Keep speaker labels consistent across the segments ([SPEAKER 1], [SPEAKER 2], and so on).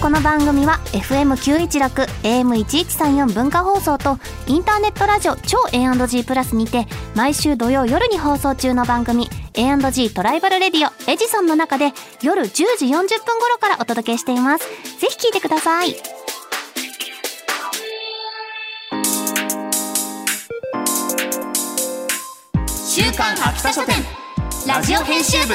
[SPEAKER 1] この番組は FM916、AM1134 文化放送とインターネットラジオ超 A&G プラスにて毎週土曜夜に放送中の番組 A&G トライバルレディオエジソンの中で夜10時40分頃からお届けしています。ぜひ聞いてください。
[SPEAKER 2] 週刊秋田書店ラジオ編集部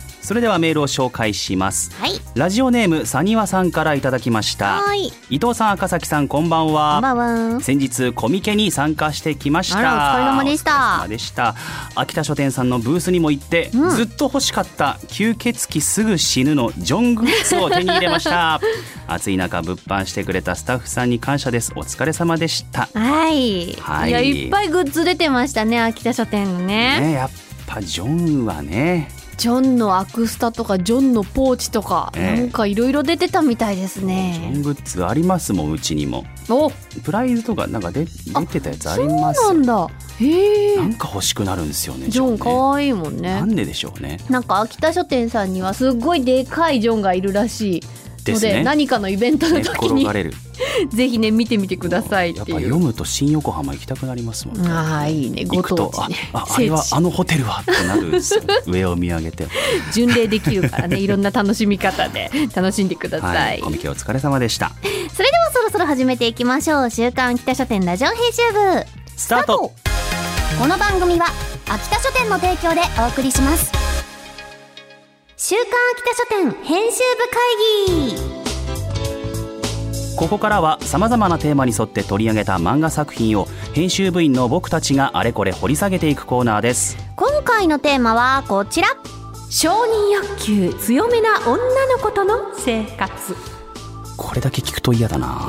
[SPEAKER 3] それではメールを紹介します
[SPEAKER 1] い
[SPEAKER 3] ラジオネームサニワさんからいただきました
[SPEAKER 1] はい
[SPEAKER 3] 伊藤さん赤崎さんこんばん
[SPEAKER 1] こ
[SPEAKER 3] は
[SPEAKER 1] んばんは
[SPEAKER 3] 先日コミケに参加してきました
[SPEAKER 1] あらお疲れ様でした
[SPEAKER 3] お疲れ様でした秋田書店さんのブースにも行って、
[SPEAKER 1] うん
[SPEAKER 3] ずっと欲しかった吸血鬼すぐ死ぬのジョングッズを手に入れました暑い中物販してくれたスタッフさんに感謝ですお疲れ様でした
[SPEAKER 1] はい、
[SPEAKER 3] はい
[SPEAKER 1] いやいっぱいグッズ出てましたね秋田書店のね
[SPEAKER 3] ねやっぱジョンはね
[SPEAKER 1] ジョンのアクスタとかジョンのポーチとか、
[SPEAKER 3] ええ
[SPEAKER 1] なんかいろいろ出てたみたいです
[SPEAKER 3] ジョ
[SPEAKER 1] ね
[SPEAKER 3] ングッズありますもんうちにも
[SPEAKER 1] お
[SPEAKER 3] プライズとかなんかで出てたやつあります
[SPEAKER 1] そうなんだへえ
[SPEAKER 3] なんか欲しくなるんですよね
[SPEAKER 1] ジョン
[SPEAKER 3] ね
[SPEAKER 1] かわいいもんね
[SPEAKER 3] なんででしょうね
[SPEAKER 1] なんか秋田書店さんにはすっごいでかいジョンがいるらしい
[SPEAKER 3] で
[SPEAKER 1] の
[SPEAKER 3] す
[SPEAKER 1] で
[SPEAKER 3] ね
[SPEAKER 1] 何かのイベントの
[SPEAKER 3] 寝っ
[SPEAKER 1] 時
[SPEAKER 3] 転
[SPEAKER 1] に
[SPEAKER 3] がれる
[SPEAKER 1] ぜひね見てみてくださいっ
[SPEAKER 3] やってぱ
[SPEAKER 1] い
[SPEAKER 3] 読
[SPEAKER 1] う。
[SPEAKER 3] むと新横浜行きたくなりますもんね
[SPEAKER 1] ああいいね
[SPEAKER 3] 行
[SPEAKER 1] ご
[SPEAKER 3] く
[SPEAKER 1] 当
[SPEAKER 3] と
[SPEAKER 1] 地
[SPEAKER 3] あ
[SPEAKER 1] ね
[SPEAKER 3] ああ
[SPEAKER 1] 聖
[SPEAKER 3] れは
[SPEAKER 1] 地
[SPEAKER 3] あのホテルはってなるんですよ上を見上げ て、
[SPEAKER 1] 巡礼できるから ねいろんな楽しみ方で楽しんでくださ、
[SPEAKER 3] はいい、コミケお疲れ様でした
[SPEAKER 1] それではそろそろ始めていきましょう週刊秋田書店ラジオ編集部
[SPEAKER 3] スタート
[SPEAKER 1] この番組は秋田書店の提供でお送りします週刊秋田書店編集部会議
[SPEAKER 3] ここからはさまざまなテーマに沿って取り上げた漫画作品を編集部員の僕たちがあれこれ掘り下げていくコーナーです
[SPEAKER 1] 今回のテーマはこちら承認欲求強めな女の子との生活
[SPEAKER 3] これだけ聞くと嫌だな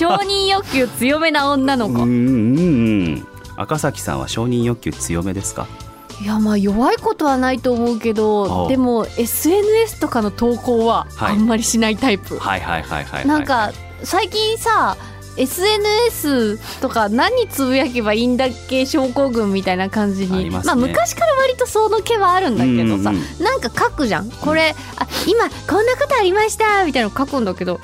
[SPEAKER 1] 承認欲求強めな女の
[SPEAKER 3] うんう
[SPEAKER 1] 子
[SPEAKER 3] んうん赤崎さんは承認欲求強めですか
[SPEAKER 4] いやまあ弱いことはないと思うけ
[SPEAKER 3] ああ
[SPEAKER 4] どでも SNS とかの投稿は
[SPEAKER 3] はい
[SPEAKER 4] あんまりしないタイプ、
[SPEAKER 3] はいはいはいはいはい
[SPEAKER 4] なんか最近さ SNS とか何つぶやけばいいんだっけ症候群みたいな感じ
[SPEAKER 3] あ
[SPEAKER 4] に
[SPEAKER 3] りますね
[SPEAKER 4] まあ昔から割とその気はあるんだけどさ、
[SPEAKER 3] うんうん
[SPEAKER 4] なんか書くじゃんこれあ今こんなことありましたみたいなの書くんだけど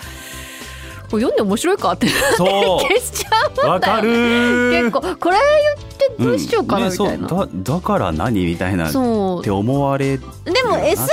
[SPEAKER 4] これ読んで面白いかって
[SPEAKER 3] そ
[SPEAKER 4] 消しち
[SPEAKER 3] う
[SPEAKER 4] ゃ
[SPEAKER 3] わ
[SPEAKER 4] うんだ
[SPEAKER 3] か
[SPEAKER 4] よ、
[SPEAKER 3] る
[SPEAKER 4] ね、
[SPEAKER 3] ー
[SPEAKER 4] 結構これ言ってどうしようかなみたいな、
[SPEAKER 3] うんねそうだだから何みたいなっ
[SPEAKER 4] そう
[SPEAKER 3] て思われ
[SPEAKER 4] で
[SPEAKER 3] いいよ
[SPEAKER 4] も
[SPEAKER 3] な
[SPEAKER 4] SNS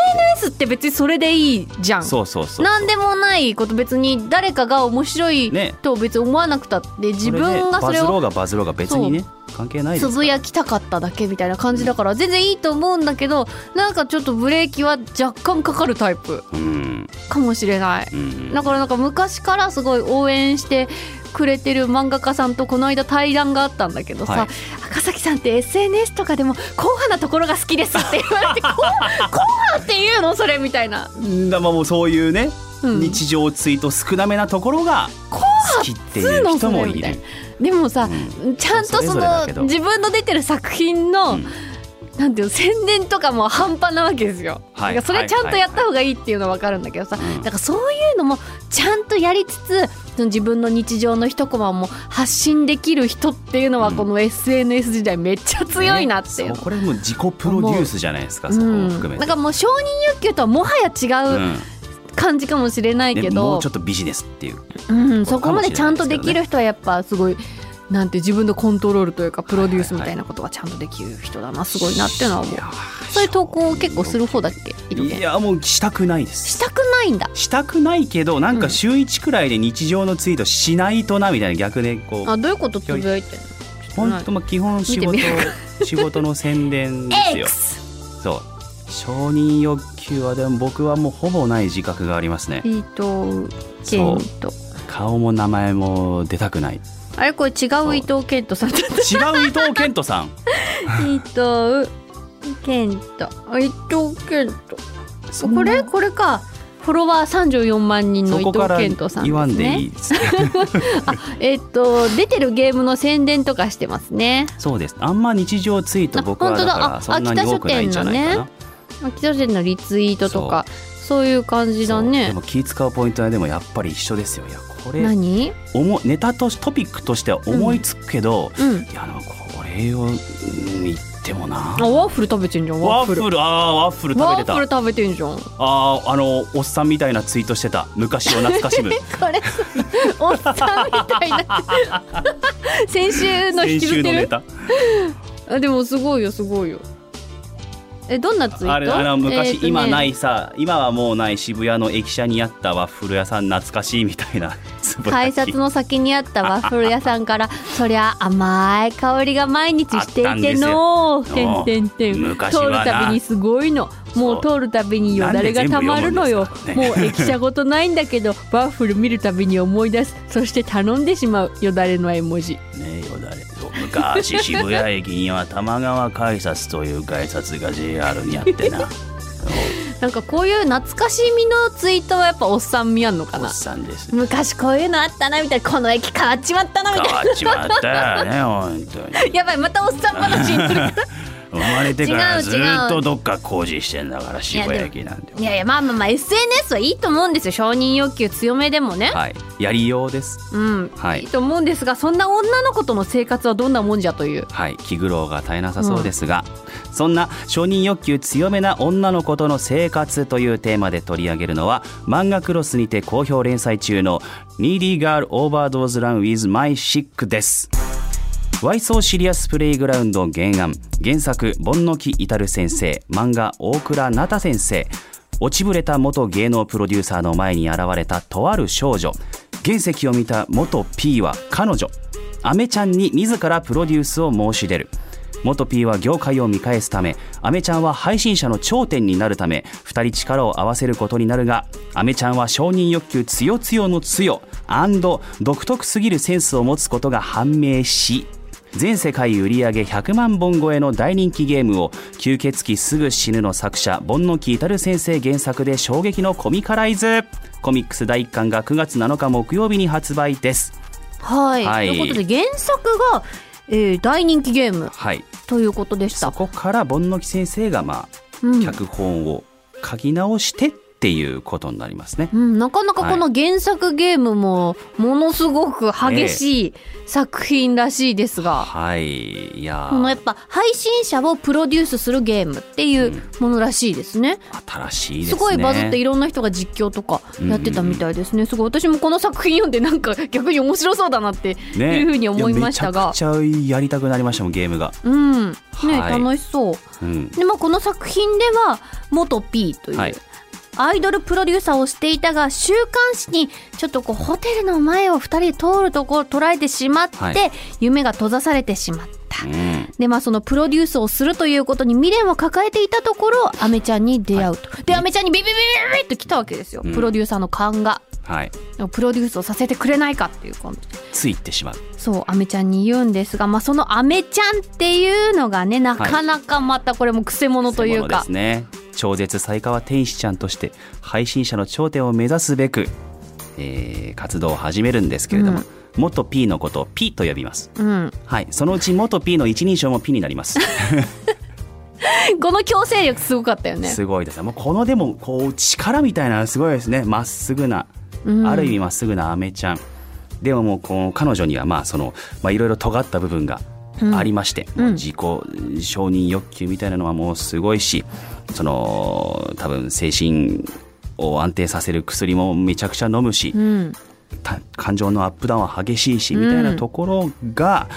[SPEAKER 4] って別にそれでいいじゃん。
[SPEAKER 3] そうそうそう
[SPEAKER 4] なんでもないこと別に誰かが面白い
[SPEAKER 3] ね
[SPEAKER 4] と別に思わなくたって自分がそれ
[SPEAKER 3] バズろう
[SPEAKER 4] を
[SPEAKER 3] がバズろうが別にね関係ないです
[SPEAKER 4] つ
[SPEAKER 3] から
[SPEAKER 4] ぶやきたかっただけみたいな感じだから全然いいと思うんだけどなんかちょっとブレーキは若干かかるタイプ
[SPEAKER 3] うん
[SPEAKER 4] かもしれない
[SPEAKER 3] うん
[SPEAKER 4] だからなんか昔からすごい応援してくれてる漫画家さんとこの間対談があったんだけどさ、
[SPEAKER 3] はい
[SPEAKER 4] 赤崎さんって SNS とかでも硬派なところが好きですって言われ て硬派って言うのそれみたいな。
[SPEAKER 3] うんだからもうそういうね
[SPEAKER 4] うん
[SPEAKER 3] 日常ツイート少なめなところが
[SPEAKER 4] こ
[SPEAKER 3] 好きっていう人もい
[SPEAKER 4] 普通のそれみたい
[SPEAKER 3] る
[SPEAKER 4] なでもさ、
[SPEAKER 3] う
[SPEAKER 4] ちゃんとそ
[SPEAKER 3] それぞれだ
[SPEAKER 4] の
[SPEAKER 3] けど
[SPEAKER 4] 自分の出てる作品の、
[SPEAKER 3] うん
[SPEAKER 4] なんていうの宣伝とかも半端なわけですよ、
[SPEAKER 3] はい
[SPEAKER 4] だからそれちゃんとやった方がいいっていうのは分かるんだけどさ、
[SPEAKER 3] うん
[SPEAKER 4] だからそういうのもちゃんとやりつつその自分の日常の一コマも発信できる人っていうのは
[SPEAKER 3] うん
[SPEAKER 4] この SNS 時代めっちゃ強いなっていう
[SPEAKER 3] ね
[SPEAKER 4] の
[SPEAKER 3] そうこれもう自己プロデュースじゃないですかそこ
[SPEAKER 4] う
[SPEAKER 3] を
[SPEAKER 4] ん、
[SPEAKER 3] 含め
[SPEAKER 4] な
[SPEAKER 3] て
[SPEAKER 4] んかもう承認欲求とはもはや違う
[SPEAKER 3] うん
[SPEAKER 4] 感じかもしれないけ
[SPEAKER 3] で
[SPEAKER 4] ど、
[SPEAKER 3] もうちょっとビジネスっていう
[SPEAKER 4] うん、そこまでちゃんとできる人はやっぱすごいなんて自分のコントロールというかプロデュースみたいなことがちゃんとできる人だなすごいなっていうのは思う
[SPEAKER 3] や
[SPEAKER 4] そういう投稿を結構する方だっけ伊藤
[SPEAKER 3] い
[SPEAKER 4] 健
[SPEAKER 3] やもうしたくないです
[SPEAKER 4] したくないんだ
[SPEAKER 3] したくないけどなんか週1くらいで日常のツイートしないとなみたいな逆でこう
[SPEAKER 4] あどういうことつぶやいてんの
[SPEAKER 3] 本当まあ基本仕事
[SPEAKER 4] 見て
[SPEAKER 3] 仕事の宣伝です よ
[SPEAKER 4] X
[SPEAKER 3] そう承認欲求はでも僕はもうほぼない自覚がありますね
[SPEAKER 4] 伊藤健と
[SPEAKER 3] 顔も名前も出たくない違う
[SPEAKER 4] あれこれ違う伊藤健とさんだった
[SPEAKER 3] 伊藤健人 さん
[SPEAKER 4] 伊藤健と伊藤健と
[SPEAKER 3] そん
[SPEAKER 4] こ
[SPEAKER 3] な
[SPEAKER 4] れこれかフォロワー34万人の
[SPEAKER 3] そ
[SPEAKER 4] 伊
[SPEAKER 3] こ
[SPEAKER 4] 藤
[SPEAKER 3] から
[SPEAKER 4] 健人さんですね
[SPEAKER 3] 言わんでいいですね
[SPEAKER 4] えっと出てるゲームの宣伝とかしてますね
[SPEAKER 3] そうですあんま日常ツイート僕は
[SPEAKER 4] あ本
[SPEAKER 3] だか
[SPEAKER 4] 当だ
[SPEAKER 3] ら
[SPEAKER 4] あ
[SPEAKER 3] そんなに多くないんじゃないかな、
[SPEAKER 4] 秋田市のリツイートとかそういう感じだ
[SPEAKER 3] そうで
[SPEAKER 4] ね
[SPEAKER 3] も気使うポイントはでもやっぱり一緒ですよいやこれ
[SPEAKER 4] 何
[SPEAKER 3] おもネタとしトピックとしては思いつくけど、
[SPEAKER 4] うん
[SPEAKER 3] いやなんかこれをうん言ってもな
[SPEAKER 4] あワッフル食べてんじゃんワ
[SPEAKER 3] ワ
[SPEAKER 4] ッフ
[SPEAKER 3] ッ
[SPEAKER 4] ル
[SPEAKER 3] フルあーワッフル食べ
[SPEAKER 4] ワ
[SPEAKER 3] て
[SPEAKER 4] ッ
[SPEAKER 3] た
[SPEAKER 4] フル食べてんじゃん
[SPEAKER 3] あーあのおっさんみたいなツイートしてた昔を懐か しむ
[SPEAKER 4] これおっさんみたいな 先週の
[SPEAKER 3] 先
[SPEAKER 4] 引きず
[SPEAKER 3] 週
[SPEAKER 4] って
[SPEAKER 3] のネ
[SPEAKER 4] る
[SPEAKER 3] タ
[SPEAKER 4] あでもすごいよすごいよえどんなツイート
[SPEAKER 3] あれあの昔、
[SPEAKER 4] えーとね
[SPEAKER 3] 今ないさ今はもうない渋谷の駅舎にあったワッフル屋さん懐かしいみたいなつぶや き
[SPEAKER 4] 改札の先にあったワッフル屋さん から「そりゃ甘い香りが毎日していての」
[SPEAKER 3] あったんですよ
[SPEAKER 4] てんてんてん
[SPEAKER 3] 昔
[SPEAKER 4] 通
[SPEAKER 3] は
[SPEAKER 4] る
[SPEAKER 3] な
[SPEAKER 4] たびにすごいのもう
[SPEAKER 3] そう
[SPEAKER 4] 通るたびによだれがたまるの
[SPEAKER 3] な
[SPEAKER 4] よ
[SPEAKER 3] んで全部読むんです
[SPEAKER 4] もう駅舎ごとないんだけどワッフル見るたびに思い出すそして頼んでしまうよだれの絵文字
[SPEAKER 3] ねよだれそう昔渋谷駅には玉川改札という改札が JR にあって な
[SPEAKER 4] なんかこういう懐かしみのツイートはやっぱおっさん見やんのか
[SPEAKER 3] おっ
[SPEAKER 4] な
[SPEAKER 3] さんです
[SPEAKER 4] 昔こういうのあったなみたいなこの駅変わっちまったなみ
[SPEAKER 3] 変
[SPEAKER 4] たいな
[SPEAKER 3] わっちまったよね本当に
[SPEAKER 4] やばいまたおっさん話にする
[SPEAKER 3] 生まれてから
[SPEAKER 4] 違う
[SPEAKER 3] ずっとどっか工事してんだから渋谷駅なんて
[SPEAKER 4] いやいやまあまあまあ SNS はいいと思うんですよ承認欲求強めでもね、
[SPEAKER 3] はいやりようです
[SPEAKER 4] うん、
[SPEAKER 3] はい
[SPEAKER 4] いいと思うんですがそんな女の子との生活はどんなもんじゃという
[SPEAKER 3] はい気苦労が絶えなさそうですが、そんな承認欲求強めな女の子との生活というテーマで取り上げるのは漫画クロスにて好評連載中の「Needy Girl Overdose Run with My Sick」です。ワイソーシリアスプレイグラウンド原案原作「盆の木至る先生」漫画「大倉奈々先生」落ちぶれた元芸能プロデューサーの前に現れたとある少女原石を見た元 P は彼女アメちゃんに自らプロデュースを申し出る元 P は業界を見返すためアメちゃんは配信者の頂点になるため2人力を合わせることになるがアメちゃんは承認欲求強強の強独特すぎるセンスを持つことが判明し全世界売上100万本超えの大人気ゲームを吸血鬼すぐ死ぬの作者ボンノキイタル先生原作で衝撃のコミカライズコミックス第1巻が9月7日木曜日に発売です
[SPEAKER 4] はい、
[SPEAKER 3] はい
[SPEAKER 4] ということで原作が、えー大人気ゲーム
[SPEAKER 3] はい
[SPEAKER 4] ということでし
[SPEAKER 3] そ
[SPEAKER 4] た、
[SPEAKER 3] こからボンノキ先生がま
[SPEAKER 4] う
[SPEAKER 3] あ
[SPEAKER 4] ん
[SPEAKER 3] 脚本を書き直してっていうことになりますね、
[SPEAKER 4] うん、なかなかこの原作ゲームもものすごく激しい作品らしいですが、
[SPEAKER 3] はいいやー
[SPEAKER 4] このやっぱ配信者をプロデュースするゲームっていうものらしいですね、
[SPEAKER 3] 新しいです
[SPEAKER 4] す
[SPEAKER 3] ね
[SPEAKER 4] ごいバズっていろんな人が実況とかやってたみたいですね、すごい私もこの作品読んでなんか 逆に面白そうだなっていう
[SPEAKER 3] ね
[SPEAKER 4] ふうに思いました
[SPEAKER 3] や
[SPEAKER 4] が
[SPEAKER 3] めち、ゃくちゃやりたくなりましたもんゲームが、
[SPEAKER 4] うんね、
[SPEAKER 3] はい
[SPEAKER 4] 楽しそう
[SPEAKER 3] うん、
[SPEAKER 4] で、まあ、この作品では元 P という、
[SPEAKER 3] はい
[SPEAKER 4] アイドルプロデューサーをしていたが週刊誌にちょっとこうホテルの前を2人で通るところを捉えてしまって、
[SPEAKER 3] はい
[SPEAKER 4] 夢が閉ざされてしまった
[SPEAKER 3] うん、
[SPEAKER 4] でまあそのプロデュースをするということに未練を抱えていたところアメちゃんに出会うと、でアメちゃんにビビビビビビッと来たわけですよ、
[SPEAKER 3] うん
[SPEAKER 4] プロデューサーの勘が
[SPEAKER 3] はい
[SPEAKER 4] プロデュースをさせてくれないかっていう感じ
[SPEAKER 3] ついてしまう
[SPEAKER 4] そうアメちゃんに言うんですが、まあ、そのアメちゃんっていうのがねなかなかまたこれもくせ者というか、
[SPEAKER 3] そうですね超絶才川天使ちゃんとして配信者の頂点を目指すべく、えー活動を始めるんですけれども、
[SPEAKER 4] うん
[SPEAKER 3] 元 P のことを P と呼びます
[SPEAKER 4] うん、
[SPEAKER 3] はいそのうち元 P の一人称も P になります
[SPEAKER 4] この強制力すごかったよね。
[SPEAKER 3] すごいですねもうこのでもこう力みたいなのがすごいですねまっすぐな、
[SPEAKER 4] うん
[SPEAKER 3] ある意味まっすぐなアメちゃんでももうこの彼女にはまあそのまあいろいろ尖った部分がありまして、もう自己承認欲求みたいなのはもうすごいしその多分精神を安定させる薬もめちゃくちゃ飲むし、
[SPEAKER 4] うん
[SPEAKER 3] た感情のアップダウンは激しいしみたいなところが、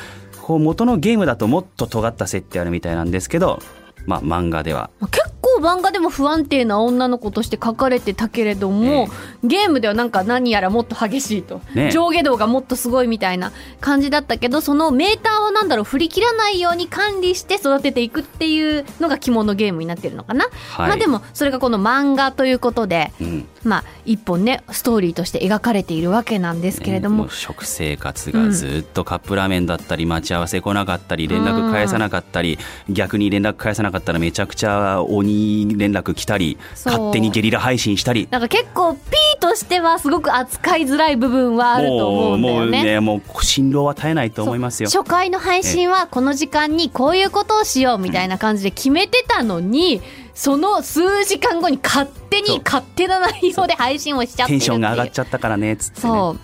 [SPEAKER 3] こう元のゲームだともっと尖った設定あるみたいなんですけど、まあ、漫画では
[SPEAKER 4] まあ結構漫画でも不安定な女の子として書かれてたけれども、ゲームではなんか何やらもっと激しいと、
[SPEAKER 3] ね
[SPEAKER 4] 上下動がもっとすごいみたいな感じだったけどそのメーターをなんだろう振り切らないように管理して育てていくっていうのが肝のゲームになってるのかな、
[SPEAKER 3] はい
[SPEAKER 4] まあでもそれがこの漫画ということで
[SPEAKER 3] うん
[SPEAKER 4] まあ、一本ねストーリーとして描かれているわけなんですけれど
[SPEAKER 3] ね
[SPEAKER 4] も、
[SPEAKER 3] う食生活がずっとカップラーメンだったり待ち合わせ来なかったり連絡返さなかったり逆に連絡返さなかったらめちゃくちゃ鬼連絡来たり
[SPEAKER 4] そう
[SPEAKER 3] 勝手にゲリラ配信したり
[SPEAKER 4] なんか結構 P としてはすごく扱いづらい部分はあると思うんだ
[SPEAKER 3] も
[SPEAKER 4] よ
[SPEAKER 3] う
[SPEAKER 4] ね。
[SPEAKER 3] ねもう辛労は絶えないと思いますよ。
[SPEAKER 4] 初回の配信はこの時間にこういうことをしようみたいな感じで決めてたのにその数時間後に勝手
[SPEAKER 3] そう
[SPEAKER 4] に勝手な内容で配信をしちゃって
[SPEAKER 3] テ
[SPEAKER 4] るっ
[SPEAKER 3] ン
[SPEAKER 4] て
[SPEAKER 3] シ
[SPEAKER 4] いう
[SPEAKER 3] ョンが上がっちゃったからねつって、ね、
[SPEAKER 4] そう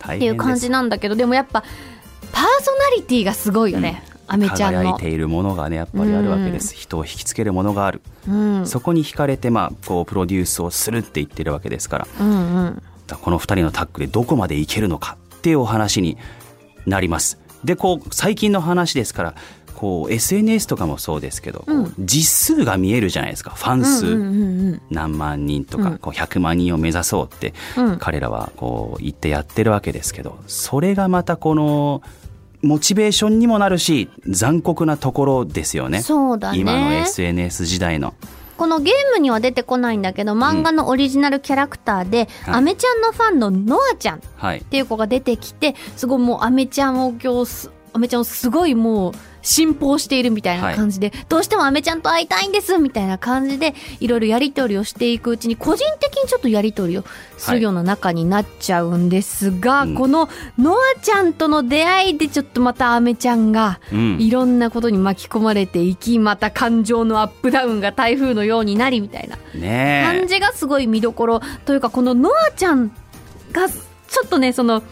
[SPEAKER 3] 大
[SPEAKER 4] っていう
[SPEAKER 3] 変で
[SPEAKER 4] 感
[SPEAKER 3] す
[SPEAKER 4] じなんだけどでもやっぱパーソナリティがすごいよね、アメちゃん
[SPEAKER 3] 輝い
[SPEAKER 4] の。
[SPEAKER 3] ているものがねやっぱりあるわけです、人を引きつけるものがある、
[SPEAKER 4] うん
[SPEAKER 3] そこに惹かれてまあこうプロデュースをするって言ってるわけですから
[SPEAKER 4] うんうん
[SPEAKER 3] だからこの2人のタッグでどこまでいけるのかっていうお話になります。でこう最近の話ですからこう SNS とかもそうですけど、こう実数が見えるじゃないですかファン数、
[SPEAKER 4] うんうん
[SPEAKER 3] 何万人とか、こう100万人を目指そうって、
[SPEAKER 4] うん
[SPEAKER 3] 彼らはこう言ってやってるわけですけどそれがまたこのモチベーションにもなるし残酷なところですよね
[SPEAKER 4] そうだね
[SPEAKER 3] 今の SNS 時代の。
[SPEAKER 4] このゲームには出てこないんだけど漫画のオリジナルキャラクターで、
[SPEAKER 3] はい
[SPEAKER 4] アメちゃんのファンのノアちゃんっ
[SPEAKER 3] はい
[SPEAKER 4] ていう子が出てきてすごいもうアメちゃんを今日すアメちゃんをすごいもう信奉しているみたいな感じで、どうしてもアメちゃんと会いたいんですみたいな感じでいろいろやり取りをしていくうちに個人的にちょっとやり取りをするような中になっちゃうんですが、
[SPEAKER 3] うん
[SPEAKER 4] このノアちゃんとの出会いでちょっとまたアメちゃんが
[SPEAKER 3] うん
[SPEAKER 4] いろんなことに巻き込まれていきまた感情のアップダウンが台風のようになりみたいな
[SPEAKER 3] ね
[SPEAKER 4] 感
[SPEAKER 3] え
[SPEAKER 4] じがすごい見どころというかこのノアちゃんがちょっとねその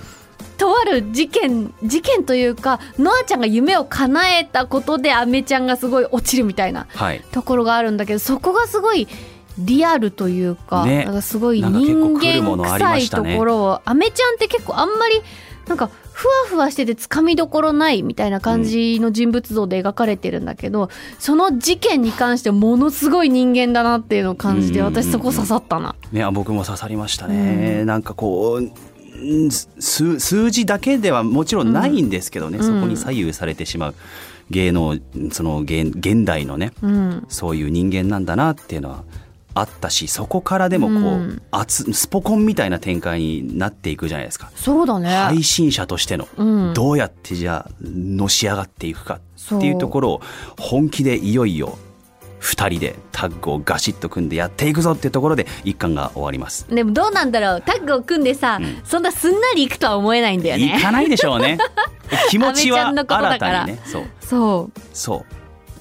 [SPEAKER 4] とある事件事件というかノアちゃんが夢を叶えたことでアメちゃんがすごい落ちるみたいな
[SPEAKER 3] はい
[SPEAKER 4] ところがあるんだけどそこがすごいリアルというか,、
[SPEAKER 3] ね
[SPEAKER 4] なんかすごい
[SPEAKER 3] なんか結
[SPEAKER 4] 人
[SPEAKER 3] 構来るも
[SPEAKER 4] 間
[SPEAKER 3] のありま
[SPEAKER 4] 臭い
[SPEAKER 3] した
[SPEAKER 4] と
[SPEAKER 3] ね
[SPEAKER 4] ころを、アメちゃんって結構あんまりなんかふわふわしててつかみどころないみたいな感じの人物像で描かれてるんだけど、その事件に関してものすごい人間だなっていうのを感じて、
[SPEAKER 3] うんうんうん
[SPEAKER 4] 私そこ刺さったな。
[SPEAKER 3] ねあ僕も刺さりましたね、なんかこうん数数字だけではもちろんないんですけどね、
[SPEAKER 4] うん
[SPEAKER 3] そこに左右されてしまう芸能その現現代のね
[SPEAKER 4] うん
[SPEAKER 3] そういう人間なんだなっていうのはあったしそこからでもこう、
[SPEAKER 4] うん
[SPEAKER 3] 熱スポコンみたいな展開になっていくじゃないですか
[SPEAKER 4] そうだね、
[SPEAKER 3] 配信者としての、
[SPEAKER 4] うん
[SPEAKER 3] どうやってじゃあのし上がっていくか
[SPEAKER 4] そう
[SPEAKER 3] っていうところを本気でいよいよ2人でタッグをガシッと組んでやっていくぞっていうところで一巻が終わります。
[SPEAKER 4] でもどうなんだろうタッグを組んでさ、
[SPEAKER 3] ん
[SPEAKER 4] そんなすんなりいくとは思えないんだよ
[SPEAKER 3] い
[SPEAKER 4] ね。
[SPEAKER 3] かないでしょう ね気持ちは
[SPEAKER 4] アメちゃ
[SPEAKER 3] 新
[SPEAKER 4] んのことだから
[SPEAKER 3] たにねそう
[SPEAKER 4] そう
[SPEAKER 3] そう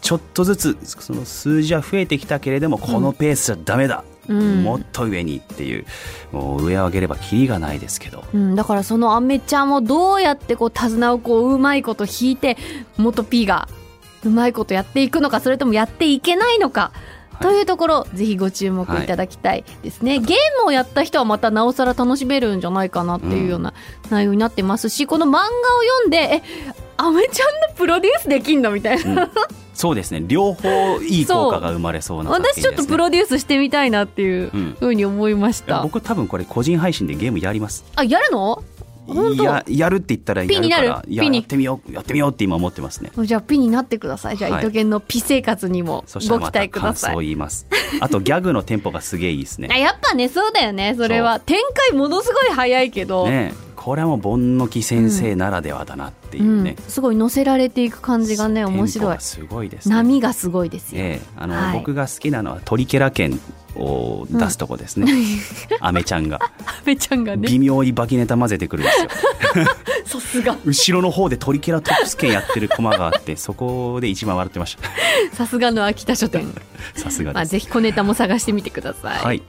[SPEAKER 3] ちょっとずつその数字は増えてきたけれどもこのペースじゃダメだ、
[SPEAKER 4] うん
[SPEAKER 3] もっと上にっていうもう上を上げればキリがないですけど
[SPEAKER 4] うん、だからそのアメちゃんをどうやってこう手綱をこううまいこと引いて元 P がうまいことやっていくのかそれともやっていけないの
[SPEAKER 3] は
[SPEAKER 4] か、
[SPEAKER 3] い
[SPEAKER 4] というところぜひご注目いただきたいですね、ゲームをやった人はまたなおさら楽しめるんじゃないかなっていうような内容になってますし、この漫画を読んでえアメちゃんのプロデュースできんのみたいな、
[SPEAKER 3] そうですね両方いい
[SPEAKER 4] そ
[SPEAKER 3] 効
[SPEAKER 4] う
[SPEAKER 3] 果が生まれそうな作品
[SPEAKER 4] 私ち
[SPEAKER 3] です、
[SPEAKER 4] ょっ
[SPEAKER 3] ね、
[SPEAKER 4] とプロデュースしてみたいなっていう
[SPEAKER 3] うん
[SPEAKER 4] ふうに思いました、
[SPEAKER 3] 僕多分これ個人配信でゲームやります
[SPEAKER 4] あやるの本当
[SPEAKER 3] ややるって言ったらや
[SPEAKER 4] ピン
[SPEAKER 3] る
[SPEAKER 4] にな
[SPEAKER 3] か
[SPEAKER 4] る
[SPEAKER 3] らいや
[SPEAKER 4] ピンに
[SPEAKER 3] やってみようやってみようって今思ってますね
[SPEAKER 4] じゃあピになってくださいじゃあ
[SPEAKER 3] はい
[SPEAKER 4] 糸犬のピ生活にも
[SPEAKER 3] そ
[SPEAKER 4] ご
[SPEAKER 3] し
[SPEAKER 4] 期
[SPEAKER 3] たらま
[SPEAKER 4] 待
[SPEAKER 3] た
[SPEAKER 4] くだ
[SPEAKER 3] 感
[SPEAKER 4] さい
[SPEAKER 3] 想を言いますあとギャグのテンポがすげえいいですね
[SPEAKER 4] あやっぱねそうだよねそれは展開ものすごい早いけど、
[SPEAKER 3] ねえこれはもう盆の木先生ならではだなっていううんね、、
[SPEAKER 4] すごい乗せられていく感じが
[SPEAKER 3] テ
[SPEAKER 4] ね
[SPEAKER 3] ンポ
[SPEAKER 4] 面白い
[SPEAKER 3] がすごいですね
[SPEAKER 4] 波がすごいですよ、
[SPEAKER 3] ええあの、
[SPEAKER 4] はい
[SPEAKER 3] 僕が好きなのはトリケラ剣を出すとこですね、 アメちゃん が
[SPEAKER 4] 阿部ちゃんがね
[SPEAKER 3] 微妙にバキネタ混ぜてくるんですよ
[SPEAKER 4] さすが
[SPEAKER 3] 後ろの方でトリケラトプス剣やってる駒があってそこで一番笑ってまし
[SPEAKER 4] さすがの秋田書店
[SPEAKER 3] たさすが
[SPEAKER 4] まあ
[SPEAKER 3] です、
[SPEAKER 4] ぜひ小ネタも探してみてください、
[SPEAKER 3] はい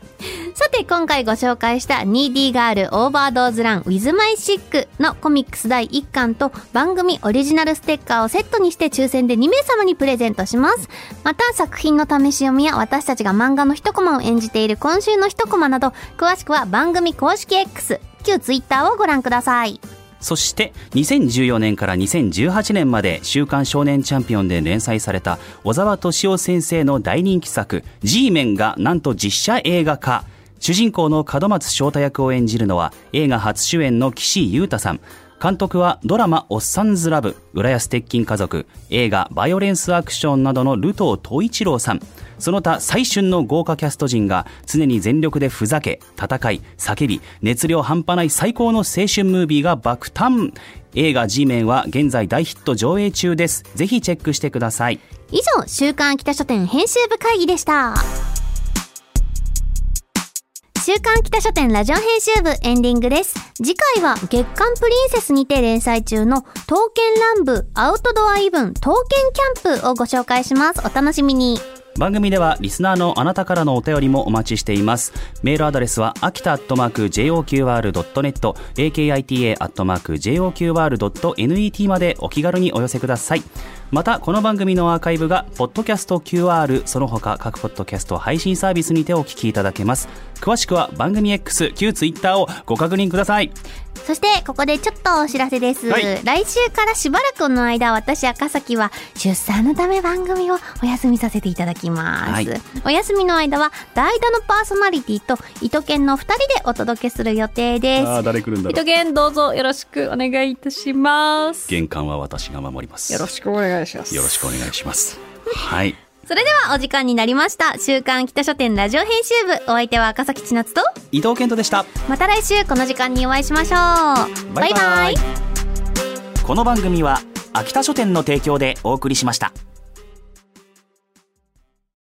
[SPEAKER 1] さて今回ご紹介した 2D ガールオーバードーズラン with my sick のコミックス第1巻と番組オリジナルステッカーをセットにして抽選で2名様にプレゼントします。また作品の試し読みや私たちが漫画の一コマを演じている今週の一コマなど詳しくは番組公式 X 旧 Twitter をご覧ください。
[SPEAKER 3] そして2014年から2018年まで「週刊少年チャンピオン」で連載された小沢敏夫先生の大人気作「G メン」がなんと実写映画化主人公の門松翔太役を演じるのは映画初主演の岸優太さん監督はドラマ「おっさんずラブ」「浦安鉄筋家族」映画「バイオレンスアクション」などのルトー東一郎さんその他最旬の豪華キャスト陣が常に全力でふざけ戦い叫び熱量半端ない最高の青春ムービーが爆誕映画 G メンは現在大ヒット上映中ですぜひチェックしてください
[SPEAKER 1] 以上週刊秋田書店編集部会議でした週刊秋田書店ラジオ編集部エンディングです次回は月刊プリンセスにて連載中の刀剣乱舞アウトドアイブン刀剣キャンプをご紹介しますお楽しみに
[SPEAKER 3] 番組ではリスナーのあなたからのお便りもお待ちしていますメールアドレスは秋田アットマーク JOQR.net akita アットマーク JOQR.net までお気軽にお寄せくださいまたこの番組のアーカイブがポッドキャスト QR その他各ポッドキャスト配信サービスにてお聞きいただけます詳しくは番組 X 旧 Twitter をご確認ください
[SPEAKER 1] そしてここでちょっとお知らせです、
[SPEAKER 3] はい
[SPEAKER 1] 来週からしばらくの間私赤崎は出産のため番組をお休みさせていただきます、
[SPEAKER 3] はい
[SPEAKER 1] お休みの間は代打のパーソナリティと糸犬の2人でお届けする予定です
[SPEAKER 3] 誰来るんだ
[SPEAKER 4] 糸源どうぞよろしくお願いいたします
[SPEAKER 3] 玄関は私が守りますよろしくお願いしますよろしくお願いしますはい
[SPEAKER 1] それではお時間になりました週刊北書店ラジオ編集部お相手は赤崎千夏と
[SPEAKER 3] 伊藤健人でした
[SPEAKER 1] また来週この時間にお会いしましょうバイバイ
[SPEAKER 3] この番組は秋田書店の提供でお送りしました